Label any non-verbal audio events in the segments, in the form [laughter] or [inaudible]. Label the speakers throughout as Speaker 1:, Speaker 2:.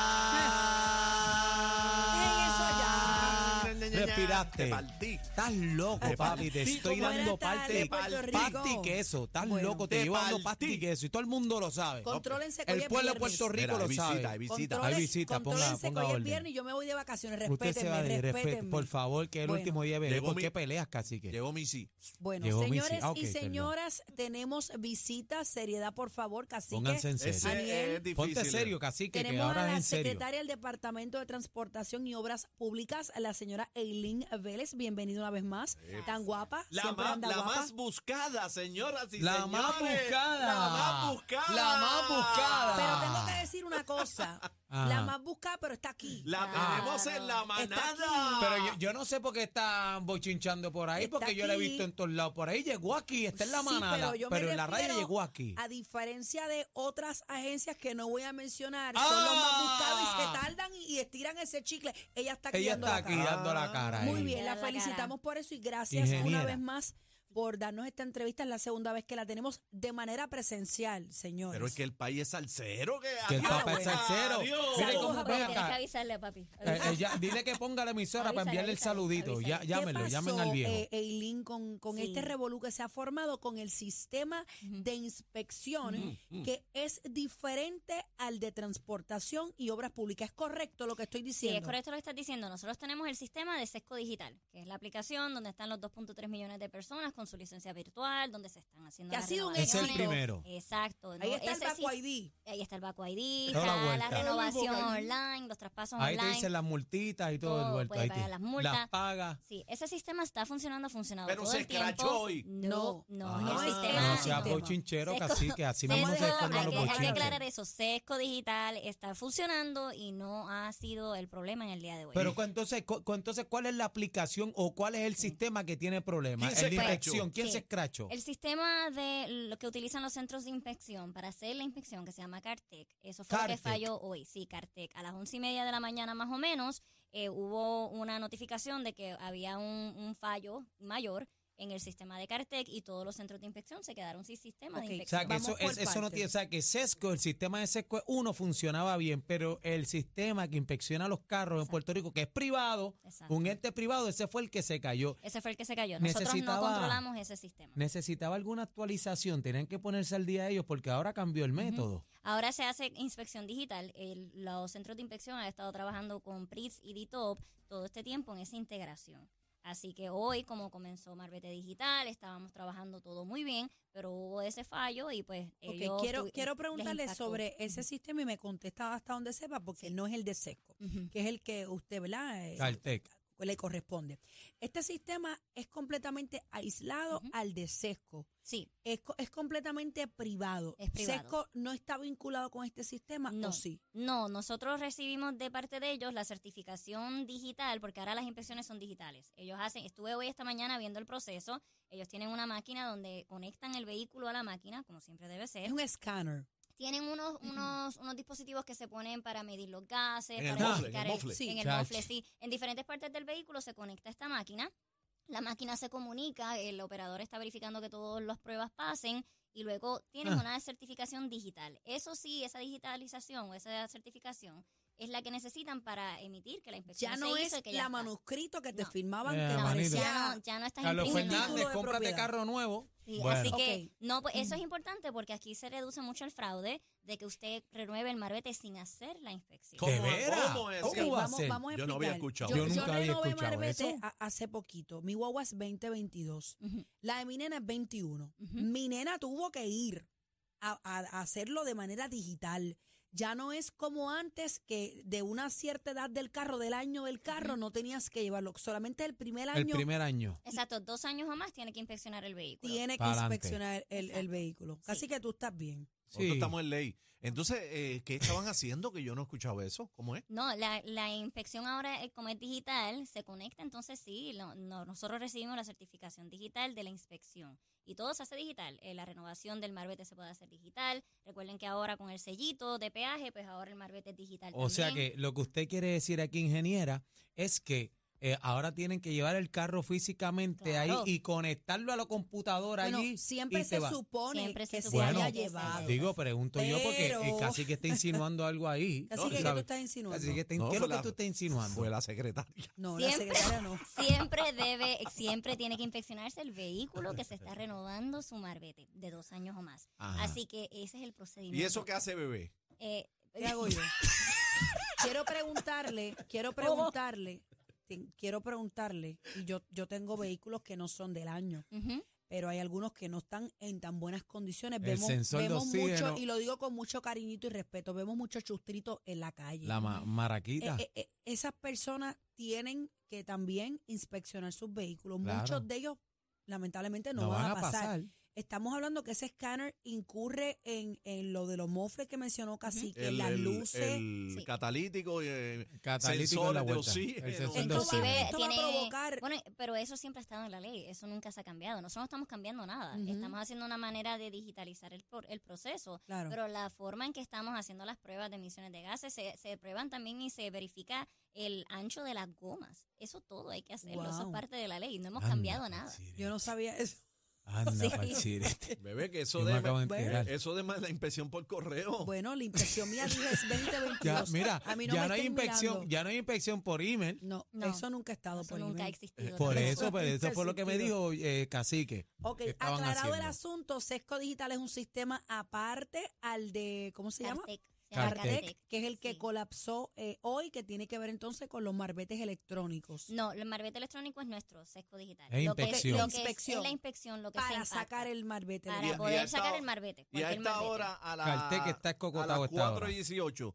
Speaker 1: Ah.
Speaker 2: respiraste.
Speaker 3: Te partí.
Speaker 2: Estás loco,
Speaker 3: Te
Speaker 2: papi. Te
Speaker 3: partí.
Speaker 2: estoy
Speaker 1: Buenas
Speaker 2: dando
Speaker 1: tardes,
Speaker 2: parte
Speaker 1: Puerto Rico.
Speaker 2: pasta y queso. Estás
Speaker 1: Bueno.
Speaker 2: loco, te,
Speaker 3: Te
Speaker 2: llevo dando
Speaker 3: partí.
Speaker 2: pasta y queso. Y todo el mundo lo sabe.
Speaker 1: Contrólense que hoy
Speaker 2: El
Speaker 1: es
Speaker 2: pueblo de
Speaker 1: viernes.
Speaker 2: Puerto Rico
Speaker 3: Mira,
Speaker 2: lo
Speaker 3: hay visita,
Speaker 2: sabe.
Speaker 3: hay visita.
Speaker 1: Controlen-
Speaker 2: Hay visita, ponga-
Speaker 1: contrólense
Speaker 2: ponga
Speaker 1: que hoy
Speaker 2: orden.
Speaker 1: es viernes y yo me voy de vacaciones.
Speaker 2: Usted se va
Speaker 1: Respétenme,
Speaker 2: de respeto.
Speaker 1: respétenme.
Speaker 2: Por favor, que es el
Speaker 1: Bueno.
Speaker 2: último día de verano.
Speaker 3: Llegó
Speaker 2: ¿Por
Speaker 3: mi-
Speaker 2: qué peleas, cacique?
Speaker 3: Llegó Missy.
Speaker 1: Bueno,
Speaker 2: Llegó Missy.
Speaker 1: señores
Speaker 2: Ah, ok,
Speaker 1: y
Speaker 2: perdón.
Speaker 1: señoras, tenemos visitas. Seriedad, por favor, cacique.
Speaker 2: Pónganse en
Speaker 3: Ese
Speaker 2: serio.
Speaker 1: Aniel,
Speaker 3: es difícil.
Speaker 2: Ponte serio, cacique, que
Speaker 1: Tenemos a
Speaker 2: ahora
Speaker 1: la
Speaker 2: es en serio.
Speaker 1: secretaria del Departamento de Transportación y Obras Públicas, la señora Eileen Vélez. Bienvenida una vez más. Tan guapa.
Speaker 3: La,
Speaker 1: siempre
Speaker 3: ma-
Speaker 1: anda
Speaker 3: la
Speaker 1: guapa.
Speaker 3: más buscada, señoras y
Speaker 2: La
Speaker 3: señores.
Speaker 2: más buscada.
Speaker 3: La más buscada.
Speaker 2: La más buscada.
Speaker 1: Pero tengo que decir una
Speaker 2: [laughs]
Speaker 1: cosa.
Speaker 2: Ajá.
Speaker 1: La más buscada, pero está aquí. Ah.
Speaker 3: La tenemos en la
Speaker 1: Está
Speaker 3: manada.
Speaker 2: Pero yo, yo no sé por qué están bochinchando por ahí,
Speaker 1: Está
Speaker 2: porque yo la he
Speaker 1: aquí.
Speaker 2: visto en todos lados. Por ahí llegó aquí, está en la
Speaker 1: Sí,
Speaker 2: manada,
Speaker 1: yo
Speaker 2: pero,
Speaker 1: me
Speaker 2: en la radio
Speaker 1: refiero
Speaker 2: llegó aquí.
Speaker 1: A diferencia de otras agencias que no voy a mencionar, son
Speaker 2: Ah.
Speaker 1: los más buscados y se tardan y, y estiran ese chicle. Ella está aquí.
Speaker 2: Ella
Speaker 1: dando
Speaker 2: está
Speaker 1: la
Speaker 2: aquí
Speaker 1: cara.
Speaker 2: dando la cara.
Speaker 1: Muy
Speaker 2: ahí.
Speaker 1: bien, la
Speaker 4: Dando la
Speaker 1: felicitamos por eso y gracias
Speaker 2: Ingeniera.
Speaker 1: una vez más por darnos esta entrevista. Es la segunda vez que la tenemos de manera presencial, señores.
Speaker 3: Pero es que el país es salsero. Que,
Speaker 2: Que el
Speaker 3: adiós,
Speaker 2: papá es salsero.
Speaker 3: adiós.
Speaker 2: Mire
Speaker 1: Saludos
Speaker 2: cómo
Speaker 1: a
Speaker 2: ven
Speaker 4: Tienes que
Speaker 2: acá.
Speaker 4: avisarle, papi.
Speaker 2: Eh, eh, ya- dile que ponga la emisora para
Speaker 4: Avísale,
Speaker 2: enviarle el
Speaker 4: avísale,
Speaker 2: saludito. Ya,
Speaker 4: avísale.
Speaker 2: llámenlo,
Speaker 1: ¿Qué
Speaker 2: llamen
Speaker 1: pasó,
Speaker 2: al viejo.
Speaker 1: eh, Eileen, con, con
Speaker 4: Sí.
Speaker 1: este revolú que se ha formado con el sistema de inspección
Speaker 2: Mm,
Speaker 1: que es diferente al de transportación y obras públicas. ¿Es correcto lo que estoy
Speaker 4: Sí,
Speaker 1: diciendo?
Speaker 4: es correcto lo que estás diciendo. Nosotros tenemos el sistema de Sesco Digital, que es la aplicación donde están los 2.3 millones de personas con su licencia virtual, donde se están haciendo
Speaker 1: Que ha
Speaker 4: las
Speaker 1: sido un
Speaker 2: es el
Speaker 4: renovaciones.
Speaker 1: éxito.
Speaker 2: primero.
Speaker 4: Exacto. ¿no?
Speaker 1: Ahí está el
Speaker 4: Ese sí-
Speaker 1: Paco ID.
Speaker 4: Ahí está el Baco ID,
Speaker 2: Toda la
Speaker 4: está la
Speaker 2: vuelta.
Speaker 4: renovación
Speaker 3: Todo el
Speaker 4: online, los traspasos
Speaker 2: Ahí te
Speaker 4: online.
Speaker 2: dicen las multitas y todo, el
Speaker 4: Todo,
Speaker 2: vuelto.
Speaker 4: puede
Speaker 2: Ahí
Speaker 4: pagar
Speaker 2: te-
Speaker 4: las multas.
Speaker 2: paga.
Speaker 4: Sí, ese sistema está funcionando, ha funcionado
Speaker 3: Pero
Speaker 4: todo
Speaker 3: se
Speaker 4: el tiempo.
Speaker 3: escrachó hoy.
Speaker 4: No, no,
Speaker 1: Ah.
Speaker 4: no, el
Speaker 1: No,
Speaker 4: sistema.
Speaker 2: No
Speaker 1: Ah,
Speaker 2: seas
Speaker 1: sistema.
Speaker 2: bochinchero,
Speaker 4: Sesco-
Speaker 2: cacique. Así mismo se
Speaker 4: Sesco,
Speaker 2: forman
Speaker 4: hay,
Speaker 2: los
Speaker 4: que, hay que aclarar
Speaker 2: bochincheros.
Speaker 4: eso. Sesco Digital está funcionando y no ha sido el problema en el día de hoy.
Speaker 2: Pero cu- entonces, cu- cu- entonces, ¿cuál es la aplicación o cuál es el sistema que tiene problemas?
Speaker 3: ¿Quién se
Speaker 2: ¿El de
Speaker 3: escrachó?
Speaker 2: inspección? ¿Quién
Speaker 4: Sí.
Speaker 2: se escrachó?
Speaker 4: el sistema de lo que utilizan los centros de inspección para hacer la inspección, que se llama Cartec, eso fue lo
Speaker 2: Cartec.
Speaker 4: que falló hoy, sí, Cartec. A las once y media de la mañana más o menos eh, hubo una notificación de que había un, un fallo mayor en el sistema de Cartec y todos los centros de inspección se quedaron sin sistema
Speaker 1: Ok, o
Speaker 4: de
Speaker 2: O sea,
Speaker 4: inspección.
Speaker 2: que
Speaker 1: Vamos
Speaker 2: eso,
Speaker 1: por
Speaker 2: es- eso no
Speaker 1: partes.
Speaker 2: tiene, o sea, que Sesco, el sistema de Sesco 1 funcionaba bien, pero el sistema que inspecciona los carros en
Speaker 4: Exacto.
Speaker 2: Puerto Rico, que es privado,
Speaker 4: Exacto.
Speaker 2: un ente privado, ese fue el que se cayó.
Speaker 4: Ese fue el que se cayó. Nosotros no
Speaker 2: Necesitaba-
Speaker 4: controlamos ese sistema.
Speaker 2: Necesitaba alguna actualización, tenían que ponerse al día ellos porque ahora cambió el método.
Speaker 4: Ahora se hace inspección digital. El- los centros de inspección han estado trabajando con PRIS y DITOP todo este tiempo en esa integración. Así que hoy, como comenzó Marbete Digital, estábamos trabajando todo muy bien, pero hubo ese fallo y pues
Speaker 1: Ok,
Speaker 4: ellos
Speaker 1: quiero,
Speaker 4: tuvi-
Speaker 1: quiero
Speaker 4: les
Speaker 1: preguntarle
Speaker 4: impactó.
Speaker 1: sobre ese sistema y me contesta hasta donde sepa, porque no es el de SESCO,
Speaker 4: Ujú.
Speaker 1: que es el que usted, ¿verdad? Eh,
Speaker 2: Caltech.
Speaker 1: le corresponde. Este sistema es completamente aislado
Speaker 4: Ujú.
Speaker 1: al de SESCO.
Speaker 4: Sí,
Speaker 1: Es, co- es completamente privado.
Speaker 4: Es privado.
Speaker 1: SESCO no está vinculado con este sistema, ¿o
Speaker 4: No.
Speaker 1: sí?
Speaker 4: no, nosotros recibimos de parte de ellos la certificación digital, porque ahora las inspecciones son digitales. Ellos hacen, estuve hoy esta mañana viendo el proceso, ellos tienen una máquina donde conectan el vehículo a la máquina, como siempre debe ser.
Speaker 1: Es un escáner.
Speaker 4: tienen unos unos unos dispositivos que se ponen para medir los gases,
Speaker 3: En el
Speaker 4: para
Speaker 2: mofle,
Speaker 4: verificar
Speaker 3: en el mofle.
Speaker 4: sí, en el
Speaker 2: Chacho.
Speaker 4: mofle, sí. En diferentes partes del vehículo se conecta esta máquina. La máquina se comunica, el operador está verificando que todas las pruebas pasen y luego tienes
Speaker 2: Ah.
Speaker 4: una certificación digital. Eso sí, esa digitalización o esa certificación es la que necesitan para emitir que la inspección
Speaker 1: Ya
Speaker 4: se
Speaker 1: no
Speaker 4: hizo
Speaker 1: es
Speaker 4: y que
Speaker 1: la
Speaker 4: ya está.
Speaker 1: manuscrito que te
Speaker 4: No.
Speaker 1: firmaban
Speaker 2: Eh,
Speaker 1: que
Speaker 2: manito.
Speaker 4: Ya
Speaker 1: parecía...
Speaker 4: no, ya no estás
Speaker 2: Carlos
Speaker 4: imprimiendo.
Speaker 2: Fernández,
Speaker 1: título de
Speaker 2: cómprate
Speaker 1: propiedad.
Speaker 2: carro nuevo.
Speaker 4: Sí,
Speaker 2: Bueno.
Speaker 4: Así que
Speaker 1: Ok.
Speaker 4: no, pues, eso es importante porque aquí se reduce mucho el fraude de que usted renueve el marbete sin hacer la inspección.
Speaker 3: ¿Cómo,
Speaker 2: ¿De veras?
Speaker 3: cómo es?
Speaker 2: ¿Cómo
Speaker 1: Ok,
Speaker 2: va a
Speaker 1: vamos,
Speaker 2: ser?
Speaker 1: vamos a
Speaker 3: Yo no había
Speaker 1: explicar.
Speaker 3: escuchado
Speaker 2: Yo nunca había
Speaker 1: renové
Speaker 2: escuchado
Speaker 1: Marbete
Speaker 2: eso.
Speaker 1: a- hace poquito. Mi guagua es 2022.
Speaker 4: Ujú.
Speaker 1: La de mi nena es 21.
Speaker 4: Ujú.
Speaker 1: Mi nena tuvo que ir a, a- a hacerlo de manera digital. Ya no es como antes que de una cierta edad del carro, del año del carro, no tenías que llevarlo. Solamente el primer año
Speaker 2: El primer año.
Speaker 4: Exacto, dos años o más tiene que inspeccionar el vehículo.
Speaker 1: tiene que
Speaker 2: Pa'lante.
Speaker 1: inspeccionar el, el
Speaker 4: Exacto.
Speaker 1: vehículo. Así
Speaker 4: Sí.
Speaker 1: que tú estás bien.
Speaker 3: Nosotros
Speaker 2: Sí.
Speaker 3: estamos en ley. Entonces, eh, ¿qué estaban haciendo que yo no he escuchado eso? ¿Cómo es?
Speaker 4: No, la, la inspección ahora, eh, como es digital, se conecta, entonces sí, lo- no- nosotros recibimos la certificación digital de la inspección. Y todo se hace digital. eh, la renovación del marbete se puede hacer digital. Recuerden que ahora con el sellito de peaje, pues ahora el marbete es digital.
Speaker 2: O sea
Speaker 4: también.
Speaker 2: que lo que usted quiere decir aquí, ingeniera, es que eh, ahora tienen que llevar el carro físicamente
Speaker 4: Claro.
Speaker 2: ahí y conectarlo a la computadora
Speaker 1: Bueno,
Speaker 2: allí.
Speaker 1: siempre
Speaker 2: y te
Speaker 1: se
Speaker 2: va.
Speaker 1: supone
Speaker 4: Siempre se
Speaker 1: que se,
Speaker 4: supone
Speaker 2: Bueno,
Speaker 1: haya
Speaker 4: que se
Speaker 1: llevado.
Speaker 4: haya
Speaker 2: Digo, pregunto yo porque eh,
Speaker 1: Pero-
Speaker 2: casi que está insinuando algo
Speaker 1: [laughs]
Speaker 2: ahí.
Speaker 1: Así
Speaker 3: No,
Speaker 1: que, ¿qué
Speaker 2: ¿sabes?
Speaker 1: tú estás insinuando?
Speaker 2: Así que te-
Speaker 3: No,
Speaker 2: ¿Qué es lo
Speaker 3: fue
Speaker 2: que
Speaker 3: la-
Speaker 2: tú estás insinuando?
Speaker 3: Fue la secretaria.
Speaker 1: No,
Speaker 4: Siempre.
Speaker 1: la secretaria no.
Speaker 4: Siempre debe, siempre tiene que inspeccionarse el vehículo que se está renovando su marbete de dos años o más.
Speaker 2: Ah.
Speaker 3: Ajá.
Speaker 4: Así que ese es el procedimiento.
Speaker 3: ¿Y eso qué hace bebé?
Speaker 4: Eh,
Speaker 1: ¿Qué hago yo?
Speaker 4: [laughs]
Speaker 1: quiero preguntarle, quiero preguntarle, te- quiero preguntarle, y yo, yo tengo vehículos que no son del año,
Speaker 4: ujú.
Speaker 1: pero hay algunos que no están en tan buenas condiciones.
Speaker 2: El
Speaker 1: Vemos,
Speaker 2: sensor de
Speaker 1: vemos
Speaker 2: oxígeno.
Speaker 1: mucho, y lo digo con mucho cariñito y respeto, vemos muchos chustritos en la calle.
Speaker 2: La ma- maraquita.
Speaker 1: Eh, eh, eh, esas personas tienen que también inspeccionar sus vehículos.
Speaker 2: Claro.
Speaker 1: Muchos de ellos, lamentablemente, eh, no, van, a pasar. Estamos hablando que ese escáner incurre en, en lo de los mofles que mencionó Cacique,
Speaker 3: El,
Speaker 1: las
Speaker 3: el-
Speaker 1: luces.
Speaker 3: el
Speaker 4: Sí.
Speaker 3: catalítico. eh,
Speaker 2: Catalítico en la
Speaker 3: Sensores de
Speaker 2: vuelta.
Speaker 3: oxígeno.
Speaker 2: El sensor de
Speaker 1: Esto va-
Speaker 2: oxígeno.
Speaker 4: Inclusive
Speaker 1: esto va a
Speaker 4: tiene,
Speaker 1: provocar-
Speaker 4: bueno, pero eso siempre ha estado en la ley, eso nunca se ha cambiado. Nosotros no estamos cambiando nada,
Speaker 1: Ujú.
Speaker 4: estamos haciendo una manera de digitalizar el, por- el proceso,
Speaker 1: claro.
Speaker 4: pero la forma en que estamos haciendo las pruebas de emisiones de gases se, se prueban también y se verifica el ancho de las gomas. Eso todo hay que hacerlo, eso es
Speaker 1: Guau.
Speaker 4: parte de la ley,
Speaker 3: Ah,
Speaker 4: no hemos
Speaker 2: Anda
Speaker 4: cambiado
Speaker 3: pues,
Speaker 2: pa'l
Speaker 4: nada.
Speaker 2: chirete.
Speaker 1: yo no sabía eso.
Speaker 2: Anda
Speaker 4: Sí.
Speaker 2: pa'l chirete.
Speaker 3: Bebé, que [laughs] eso
Speaker 2: [laughs] Yo me
Speaker 3: de,
Speaker 2: acabo de
Speaker 1: bueno,
Speaker 2: enterar.
Speaker 3: eso de más la inspección por correo.
Speaker 1: Bueno, la impresión mía dije es 2022.
Speaker 2: [laughs] Ya, mira,
Speaker 1: a mí no
Speaker 2: ya
Speaker 1: me
Speaker 2: no hay
Speaker 1: estén
Speaker 2: inspección,
Speaker 1: mirando.
Speaker 2: ya no hay inspección por email.
Speaker 1: No,
Speaker 4: No,
Speaker 1: eso nunca ha estado
Speaker 4: Eso
Speaker 1: por
Speaker 4: nunca ha
Speaker 1: email.
Speaker 4: existido.
Speaker 2: Por
Speaker 4: tampoco.
Speaker 2: eso,
Speaker 3: pues.
Speaker 2: pero eso fue lo que me dijo eh, Cacique.
Speaker 1: Ok,
Speaker 2: ¿Qué estaban
Speaker 1: aclarado el
Speaker 2: haciendo?
Speaker 1: asunto, Sesco Digital es un sistema aparte al de, ¿cómo se llama?
Speaker 4: Cartec, se llama
Speaker 2: Cartec.
Speaker 1: Artec,
Speaker 4: Cartec,
Speaker 1: que es el que
Speaker 4: sí.
Speaker 1: colapsó eh, hoy, que tiene que ver entonces con los marbetes electrónicos.
Speaker 4: No, el marbete electrónico es nuestro sesco digital.
Speaker 2: Es
Speaker 4: Lo que-
Speaker 2: inspección.
Speaker 4: Lo que, es-
Speaker 1: Inspección.
Speaker 4: es la inspección, lo que se
Speaker 1: para
Speaker 4: impacta.
Speaker 1: sacar el marbete.
Speaker 4: para
Speaker 3: Y a-
Speaker 1: electrónico.
Speaker 3: y a
Speaker 4: poder
Speaker 3: esta
Speaker 4: sacar
Speaker 3: ho-
Speaker 4: el marbete.
Speaker 3: y a
Speaker 4: cualquier
Speaker 3: esta
Speaker 4: marbete.
Speaker 3: hora, a, la,
Speaker 2: Cartel que está
Speaker 3: a
Speaker 2: escocotado
Speaker 3: las
Speaker 2: esta hora.
Speaker 3: 4 y 18,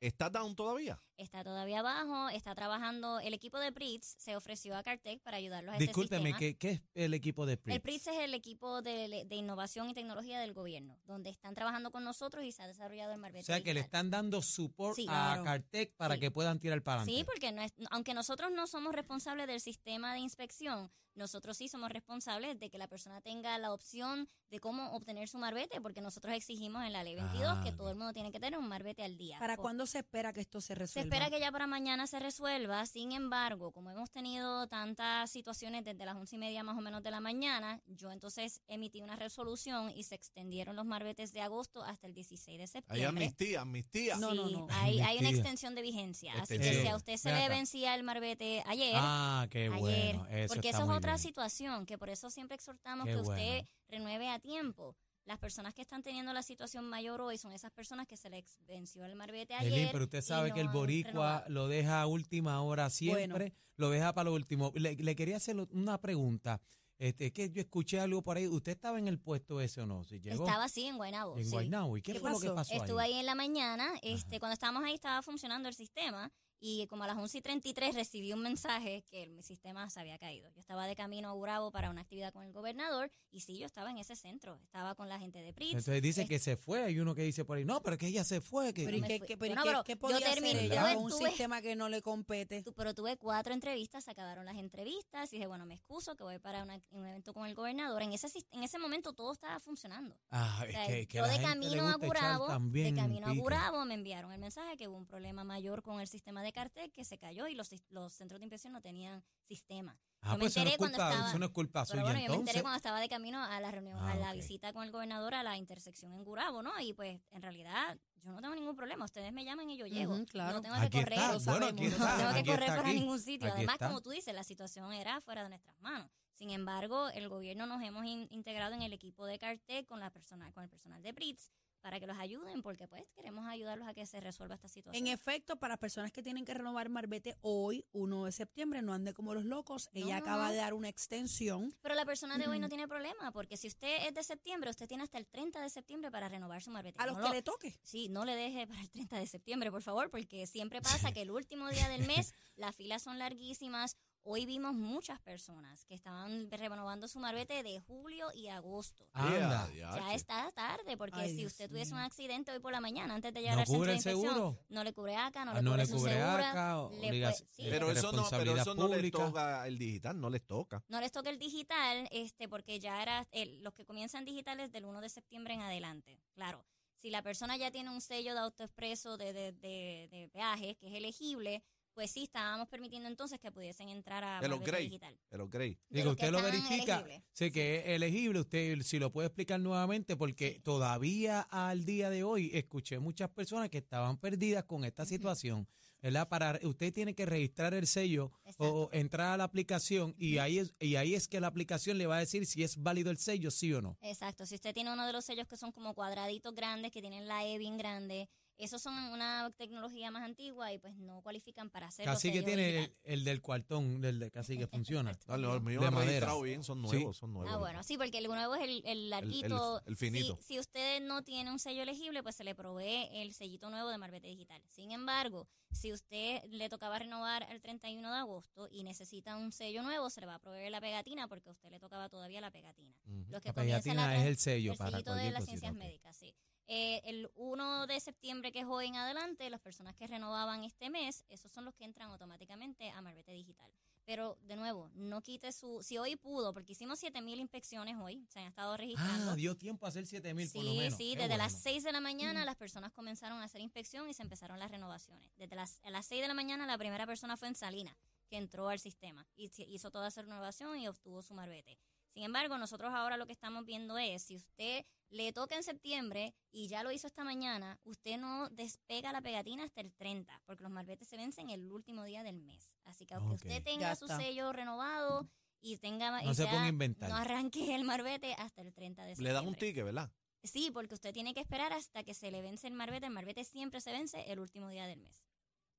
Speaker 3: ¿está down todavía?
Speaker 4: Está todavía abajo, está trabajando. El equipo de PRITS se ofreció a Cartec para ayudarlos a este
Speaker 2: Discúlpeme,
Speaker 4: sistema.
Speaker 2: ¿qué, qué es el equipo de
Speaker 4: El
Speaker 2: Sprint?
Speaker 4: PRITS es el equipo de, de innovación y tecnología del gobierno, donde están trabajando con nosotros y se ha desarrollado el marbete.
Speaker 2: O sea, que le
Speaker 4: digital.
Speaker 2: están dando support
Speaker 4: Sí.
Speaker 2: a
Speaker 1: Claro.
Speaker 2: Cartec para
Speaker 4: Sí.
Speaker 2: que puedan tirar para adelante.
Speaker 4: Sí, porque no es- aunque nosotros no somos responsables del sistema de inspección, nosotros sí somos responsables de que la persona tenga la opción de cómo obtener su marbete, porque nosotros exigimos en la ley 22
Speaker 2: Ah,
Speaker 4: que
Speaker 2: ok.
Speaker 4: todo el mundo tiene que tener un marbete al día.
Speaker 1: ¿Para
Speaker 4: Por-
Speaker 1: cuándo se espera que esto se
Speaker 4: Se
Speaker 1: resuelva?
Speaker 4: espera que ya para mañana se resuelva, sin embargo, como hemos tenido tantas situaciones desde las once y media más o menos de la mañana, yo entonces emití una resolución y se extendieron los marbetes de agosto hasta el 16 de
Speaker 3: Hay
Speaker 4: septiembre.
Speaker 3: amnistía, amnistía.
Speaker 1: No, no,
Speaker 4: Sí,
Speaker 1: no.
Speaker 4: Hay, hay una
Speaker 2: Amnistía.
Speaker 4: extensión de vigencia, así que
Speaker 3: Extensión.
Speaker 4: si a usted se
Speaker 2: Ven
Speaker 4: le
Speaker 2: acá.
Speaker 4: vencía el marbete ayer,
Speaker 2: Ah, qué
Speaker 4: ayer,
Speaker 2: bueno. Eso
Speaker 4: porque
Speaker 2: está
Speaker 4: eso es
Speaker 2: muy
Speaker 4: otra
Speaker 2: bien.
Speaker 4: situación, que por eso siempre exhortamos
Speaker 2: Qué
Speaker 4: que
Speaker 2: bueno.
Speaker 4: usted renueve a tiempo. Las personas que están teniendo la situación mayor hoy son esas personas que se les venció el marbete ayer.
Speaker 2: Elin, pero usted
Speaker 4: y
Speaker 2: sabe
Speaker 4: no
Speaker 2: que el
Speaker 4: han
Speaker 2: boricua
Speaker 4: renovado.
Speaker 2: lo deja a última hora siempre,
Speaker 1: Bueno.
Speaker 2: lo deja para lo último. Le, le quería hacer una pregunta. Este, es que yo escuché algo por ahí. ¿Usted estaba en el puesto ese o no? Si llegó
Speaker 4: Estaba así en Guaynabo.
Speaker 2: en
Speaker 4: sí.
Speaker 2: Guaynabo. ¿Y qué,
Speaker 1: ¿Qué
Speaker 2: fue lo que
Speaker 1: pasó?
Speaker 2: pasó
Speaker 4: Estuve
Speaker 2: ahí?
Speaker 4: ahí en la mañana. Este, cuando estábamos ahí estaba funcionando el sistema y como a las 11 y 33 recibí un mensaje que el- mi sistema se había caído. Yo estaba de camino a Urabo para una actividad con el gobernador y sí, yo estaba en ese centro. Estaba con la gente de PRITS.
Speaker 2: Entonces dice
Speaker 4: es-
Speaker 2: que se fue. Hay uno que dice por ahí, no, pero que ella se fue. Que,
Speaker 1: Pero ¿y
Speaker 4: me
Speaker 1: qué,
Speaker 4: fui.
Speaker 1: qué- pero ¿y qué-
Speaker 4: Bueno, pero
Speaker 1: qué
Speaker 4: yo
Speaker 1: podía hacer
Speaker 4: terminé,
Speaker 1: ella
Speaker 2: tuve-
Speaker 1: con un
Speaker 4: tuve-
Speaker 1: sistema que no le compete?
Speaker 4: Tu- Pero tuve cuatro entrevistas, se acabaron las entrevistas y dije, bueno, me excuso que voy para una- un evento con el gobernador. En ese, sis- en ese momento todo estaba funcionando.
Speaker 2: Ah,
Speaker 4: O
Speaker 2: es
Speaker 4: sea,
Speaker 2: que, que
Speaker 4: yo
Speaker 2: la
Speaker 4: de
Speaker 2: gente le
Speaker 4: camino a
Speaker 2: gusta echar
Speaker 4: Gurabo, de
Speaker 2: también
Speaker 4: camino a
Speaker 2: pique.
Speaker 4: Gurabo me enviaron el mensaje que hubo un problema mayor con el sistema de cartel que se cayó y los, sis- los centros de inspección no tenían sistema.
Speaker 2: Ah,
Speaker 4: Yo me
Speaker 2: pues eso no es
Speaker 4: enteré cuando
Speaker 2: culpa,
Speaker 4: estaba-
Speaker 2: eso no es culpa
Speaker 4: Pero
Speaker 2: suya
Speaker 4: bueno, yo me enteré
Speaker 2: Ah, entonces.
Speaker 4: cuando estaba de camino a la reunión,
Speaker 2: Ah,
Speaker 4: a la
Speaker 2: ok.
Speaker 4: visita con el gobernador a la intersección en Gurabo, ¿no? Y pues en realidad yo no tengo ningún problema, ustedes me llaman y yo llego.
Speaker 1: Ujú, claro.
Speaker 4: No tengo
Speaker 2: Aquí
Speaker 4: que correr,
Speaker 2: está,
Speaker 4: lo
Speaker 2: bueno,
Speaker 4: sabemos.
Speaker 2: aquí
Speaker 4: no
Speaker 2: está,
Speaker 4: tengo que
Speaker 2: aquí
Speaker 4: correr
Speaker 2: está,
Speaker 4: para
Speaker 2: aquí,
Speaker 4: ningún sitio.
Speaker 2: aquí
Speaker 4: Además,
Speaker 2: está.
Speaker 4: como tú dices, la situación era fuera de nuestras manos. Sin embargo, el gobierno nos hemos in- integrado en el equipo de Cartec con la persona, con el personal de Brits para que los ayuden, porque pues queremos ayudarlos a que se resuelva esta situación.
Speaker 1: En efecto, para personas que tienen que renovar Marbete hoy, 1 de septiembre, no ande como los locos.
Speaker 4: No,
Speaker 1: Ella
Speaker 4: no,
Speaker 1: acaba
Speaker 4: no.
Speaker 1: de dar una extensión.
Speaker 4: Pero la persona de hoy no tiene problema, porque si usted es de septiembre, usted tiene hasta el 30 de septiembre para renovar su marbete.
Speaker 1: A los
Speaker 4: No
Speaker 1: que
Speaker 4: lo-
Speaker 1: le toque.
Speaker 4: Sí, no le deje para el 30 de septiembre, por favor, porque siempre pasa que el último día del mes
Speaker 2: [laughs]
Speaker 4: las filas son larguísimas. Hoy vimos muchas personas que estaban renovando su marbete de julio y agosto.
Speaker 2: Anda.
Speaker 3: Ya, ya,
Speaker 4: Ya
Speaker 3: che.
Speaker 4: está tarde, porque
Speaker 1: Ay,
Speaker 4: si
Speaker 1: Dios
Speaker 4: usted tuviese un
Speaker 1: mío.
Speaker 4: accidente hoy por la mañana antes de llegar
Speaker 2: ¿No
Speaker 4: al centro
Speaker 2: cubre
Speaker 4: de
Speaker 2: el
Speaker 4: inspección,
Speaker 2: seguro?
Speaker 4: no le cubre acá, no
Speaker 2: Ah,
Speaker 4: le
Speaker 2: no
Speaker 4: cubre
Speaker 2: le
Speaker 4: su
Speaker 2: cubre
Speaker 4: segura,
Speaker 2: acá,
Speaker 4: le
Speaker 2: obligas-
Speaker 4: fue- sí,
Speaker 2: eh,
Speaker 4: le
Speaker 3: Pero eso no, pero
Speaker 2: responsabilidad
Speaker 3: eso no les
Speaker 2: pública.
Speaker 3: toca el digital, no les toca.
Speaker 4: No les toca el digital, este, porque ya era el- los que comienzan digitales del 1 de septiembre en adelante. Claro, si la persona ya tiene un sello de autoexpreso de, de, de, de peaje que es elegible, pues sí, estábamos permitiendo entonces que pudiesen entrar a
Speaker 3: De los
Speaker 4: marbete
Speaker 3: Grey.
Speaker 4: digital.
Speaker 3: El upgrade.
Speaker 4: de
Speaker 2: Digo,
Speaker 4: los que
Speaker 2: usted lo
Speaker 4: están
Speaker 2: verifica.
Speaker 4: elegibles.
Speaker 2: Sé que es elegible, usted si lo puede explicar nuevamente, porque todavía al día de hoy escuché muchas personas que estaban perdidas con esta situación, ¿verdad? Para, usted tiene que registrar el sello o, o entrar a la aplicación y, ahí es, y ahí es que la aplicación le va a decir si es válido el sello, sí o no.
Speaker 4: Exacto, si usted tiene uno de los sellos que son como cuadraditos grandes, que tienen la E bien grande, esos son una tecnología más antigua y pues no cualifican para hacer los
Speaker 2: Casi que
Speaker 4: sellos
Speaker 2: tiene
Speaker 4: digitales.
Speaker 2: el, el del cuartón, del de casi
Speaker 4: [laughs]
Speaker 2: que funciona.
Speaker 3: No, los míos
Speaker 2: De
Speaker 3: han
Speaker 2: madera.
Speaker 3: registrado bien, son
Speaker 2: Sí.
Speaker 3: nuevos, son nuevos.
Speaker 4: Ah, bueno, sí, porque el nuevo es el, el larguito.
Speaker 3: el finito.
Speaker 4: Si, si usted no tiene un sello elegible, pues se le provee el sellito nuevo de Marbete Digital. Sin embargo, si usted le tocaba renovar el 31 de agosto y necesita un sello nuevo, se le va a proveer la pegatina porque a usted le tocaba todavía la pegatina.
Speaker 3: Ujú.
Speaker 4: Los que
Speaker 2: La
Speaker 4: comienzan
Speaker 2: pegatina es
Speaker 4: tran-
Speaker 2: el sello
Speaker 4: el
Speaker 2: para
Speaker 4: sellito de
Speaker 2: cualquier
Speaker 4: las
Speaker 2: cosita,
Speaker 4: ciencias
Speaker 2: ok.
Speaker 4: médicas, sí. Eh, el 1 de septiembre, que es hoy en adelante, las personas que renovaban este mes, esos son los que entran automáticamente a Marbete Digital. Pero, de nuevo, no quite su... Si hoy pudo, porque hicimos 7.000 inspecciones hoy, se han estado registrando.
Speaker 2: Ah, dio tiempo a hacer 7000 por lo
Speaker 4: Sí,
Speaker 2: menos.
Speaker 4: sí,
Speaker 2: Qué
Speaker 4: desde las
Speaker 2: bueno.
Speaker 4: 6 de la mañana
Speaker 1: Mm.
Speaker 4: las personas comenzaron a hacer inspección y se empezaron las renovaciones. Desde las, a las 6 de la mañana la primera persona fue en Salina, que entró al sistema y se- hizo toda esa renovación y obtuvo su marbete. Sin embargo, nosotros ahora lo que estamos viendo es, si usted le toca en septiembre y ya lo hizo esta mañana, usted no despega la pegatina hasta el 30, porque los marbetes se vencen el último día del mes. Así que aunque
Speaker 2: Ok.
Speaker 4: usted tenga
Speaker 1: Ya
Speaker 4: su
Speaker 1: está.
Speaker 4: sello renovado y tenga
Speaker 2: No
Speaker 4: y
Speaker 2: se
Speaker 4: sea-
Speaker 2: ponga a inventar.
Speaker 4: no arranque el marbete hasta el 30 de septiembre.
Speaker 3: Le dan un ticket, ¿verdad?
Speaker 4: Sí, porque usted tiene que esperar hasta que se le vence el marbete. El marbete siempre se vence el último día del mes. [laughs]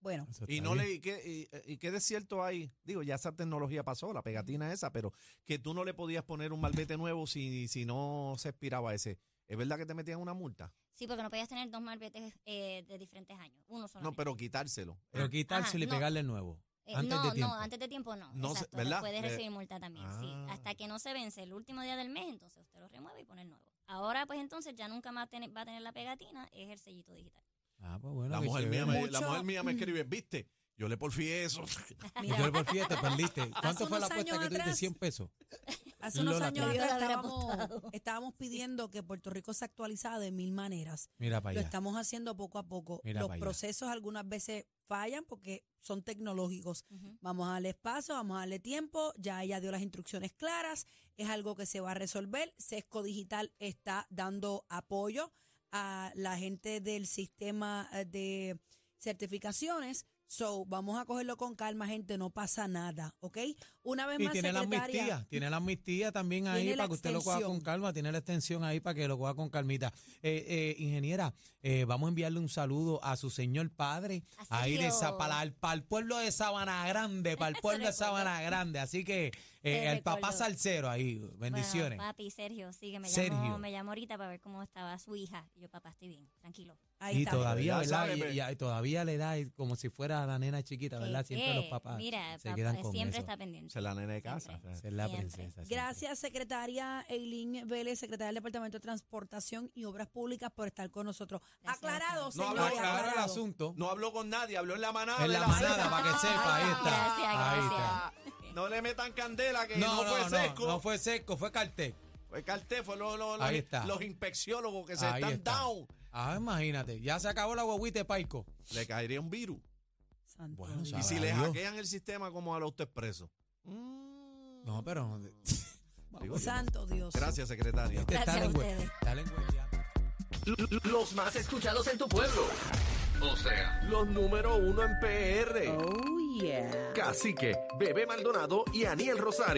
Speaker 1: Bueno,
Speaker 2: Eso
Speaker 3: Y
Speaker 2: está
Speaker 3: no
Speaker 2: bien.
Speaker 3: le y qué, y, y qué desierto hay. Digo, ya esa tecnología pasó, la pegatina esa, pero que tú no le podías poner un malvete nuevo si, si no se expiraba ese. ¿Es verdad que te metían una multa?
Speaker 4: Sí, porque no podías tener dos marbetes eh, de diferentes años. Uno solo.
Speaker 3: No, pero quitárselo.
Speaker 2: Pero
Speaker 3: Eh,
Speaker 2: quitárselo y
Speaker 4: no.
Speaker 2: pegarle nuevo. antes
Speaker 4: no,
Speaker 2: de tiempo.
Speaker 4: no, antes de tiempo no.
Speaker 3: No se-
Speaker 4: Exacto,
Speaker 3: ¿verdad?
Speaker 2: Eh,
Speaker 4: Puedes
Speaker 3: Le-
Speaker 4: recibir multa también, sí.
Speaker 3: Ah.
Speaker 4: Hasta que no se vence el último día del mes, entonces usted lo remueve y pone el nuevo. Ahora, pues entonces ya nunca más tiene- va a tener la pegatina, es el sellito digital.
Speaker 2: Ah, pues bueno.
Speaker 3: la,
Speaker 2: que
Speaker 3: mujer
Speaker 2: se
Speaker 3: mía
Speaker 2: vea.
Speaker 3: me, la
Speaker 1: Mucho-
Speaker 3: mujer mía me escribe, ¿viste? Yo le porfié eso. [laughs]
Speaker 2: Yo
Speaker 1: mira,
Speaker 2: le por te perdiste. ¿Cuánto fue la
Speaker 1: unos
Speaker 2: apuesta
Speaker 1: años
Speaker 2: que tuviste?
Speaker 1: atrás-
Speaker 2: 100 pesos.
Speaker 1: hace unos
Speaker 2: Lola,
Speaker 1: años atrás
Speaker 2: te-
Speaker 4: Yo la hubiera
Speaker 1: estábamos,
Speaker 4: apostado.
Speaker 1: estábamos pidiendo que Puerto Rico se actualizara de mil maneras.
Speaker 2: Mira para
Speaker 1: Lo
Speaker 2: allá.
Speaker 1: estamos haciendo poco a poco.
Speaker 2: Mira
Speaker 1: Los
Speaker 2: para allá.
Speaker 1: procesos algunas veces fallan porque son tecnológicos.
Speaker 4: Ujú.
Speaker 1: Vamos a darle espacio, vamos a darle tiempo. Ya ella dio las instrucciones claras. Es algo que se va a resolver. Sesco Digital está dando apoyo a la gente del sistema eh, de certificaciones. So, vamos a cogerlo con calma, gente. No pasa nada, ¿ok? Una vez
Speaker 2: Y
Speaker 1: más,
Speaker 2: tiene la
Speaker 1: secretaria.
Speaker 2: amnistía, tiene la amnistía también ahí
Speaker 1: Tiene la
Speaker 2: para que usted lo coja con
Speaker 1: extensión.
Speaker 2: calma, tiene la extensión ahí para que lo coja con calmita. Eh, eh, ingeniera, eh, vamos a enviarle un saludo a su señor padre,
Speaker 4: A
Speaker 2: ahí de
Speaker 4: Sergio.
Speaker 2: Sa- para, el, para el pueblo de Sabana Grande, para el pueblo de Sabana Grande. Así que eh,
Speaker 4: Te
Speaker 2: el papá
Speaker 4: recordó.
Speaker 2: salsero ahí, bendiciones.
Speaker 4: Bueno, papi, Sergio, sí, que me
Speaker 2: Sergio.
Speaker 4: llamó, me llamó ahorita para ver cómo estaba su hija. Y yo, papá, estoy bien, tranquilo.
Speaker 1: Ahí
Speaker 2: y
Speaker 1: está.
Speaker 2: todavía,
Speaker 3: Ya
Speaker 2: ¿verdad?
Speaker 3: sabe,
Speaker 2: Y-
Speaker 3: pe.
Speaker 2: y- y todavía le da eh, como si fuera la nena chiquita,
Speaker 4: Que-
Speaker 2: ¿verdad? Siempre los
Speaker 4: que,
Speaker 2: papás
Speaker 4: Mira,
Speaker 2: se
Speaker 4: papá,
Speaker 2: quedan con
Speaker 4: siempre
Speaker 2: eso.
Speaker 4: está pendiente.
Speaker 3: Se la nena de casa.
Speaker 4: Siempre.
Speaker 2: Esa es la
Speaker 4: siempre.
Speaker 2: princesa. siempre.
Speaker 1: Gracias, secretaria Eileen Vélez, secretaria del Departamento de Transportación y Obras Públicas, por estar con nosotros.
Speaker 4: Gracias,
Speaker 1: aclarado,
Speaker 4: doctora.
Speaker 3: No,
Speaker 1: señores.
Speaker 2: No,
Speaker 3: Ay,
Speaker 2: claro el
Speaker 1: aclarado.
Speaker 2: asunto.
Speaker 3: No habló con nadie, habló en la manada.
Speaker 2: En
Speaker 3: de
Speaker 2: la
Speaker 3: la manada.
Speaker 2: manada, para que sepa, ahí está.
Speaker 4: Gracias,
Speaker 2: ahí
Speaker 4: gracias.
Speaker 2: está.
Speaker 3: No le metan candela, que
Speaker 2: No,
Speaker 3: no,
Speaker 2: no,
Speaker 3: fue
Speaker 2: no,
Speaker 3: seco.
Speaker 2: no fue seco, fue cartel.
Speaker 3: Fue Carté, fue lo- lo-
Speaker 2: Ahí
Speaker 3: los-
Speaker 2: está.
Speaker 3: los inspecciólogos que se
Speaker 2: Ahí
Speaker 3: están
Speaker 2: está.
Speaker 3: down.
Speaker 2: Ah, imagínate, ya se acabó la guaguita de Paico.
Speaker 3: Le caería un virus.
Speaker 1: Santo
Speaker 2: Bueno,
Speaker 1: Dios.
Speaker 2: sabe.
Speaker 3: Y si le
Speaker 2: Dios.
Speaker 3: hackean el sistema como al autoexpreso. Mm.
Speaker 2: No, pero no-
Speaker 3: Digo yo.
Speaker 1: Santo Dios.
Speaker 3: Gracias, secretaria.
Speaker 2: este está
Speaker 4: Gracias a
Speaker 2: lengüe-
Speaker 4: ustedes.
Speaker 2: está lengüeteando.
Speaker 5: Los más escuchados en tu pueblo. O sea, los número uno en PR.
Speaker 6: Oh, yeah.
Speaker 5: Cacique, Bebé Maldonado y Aniel Rosario.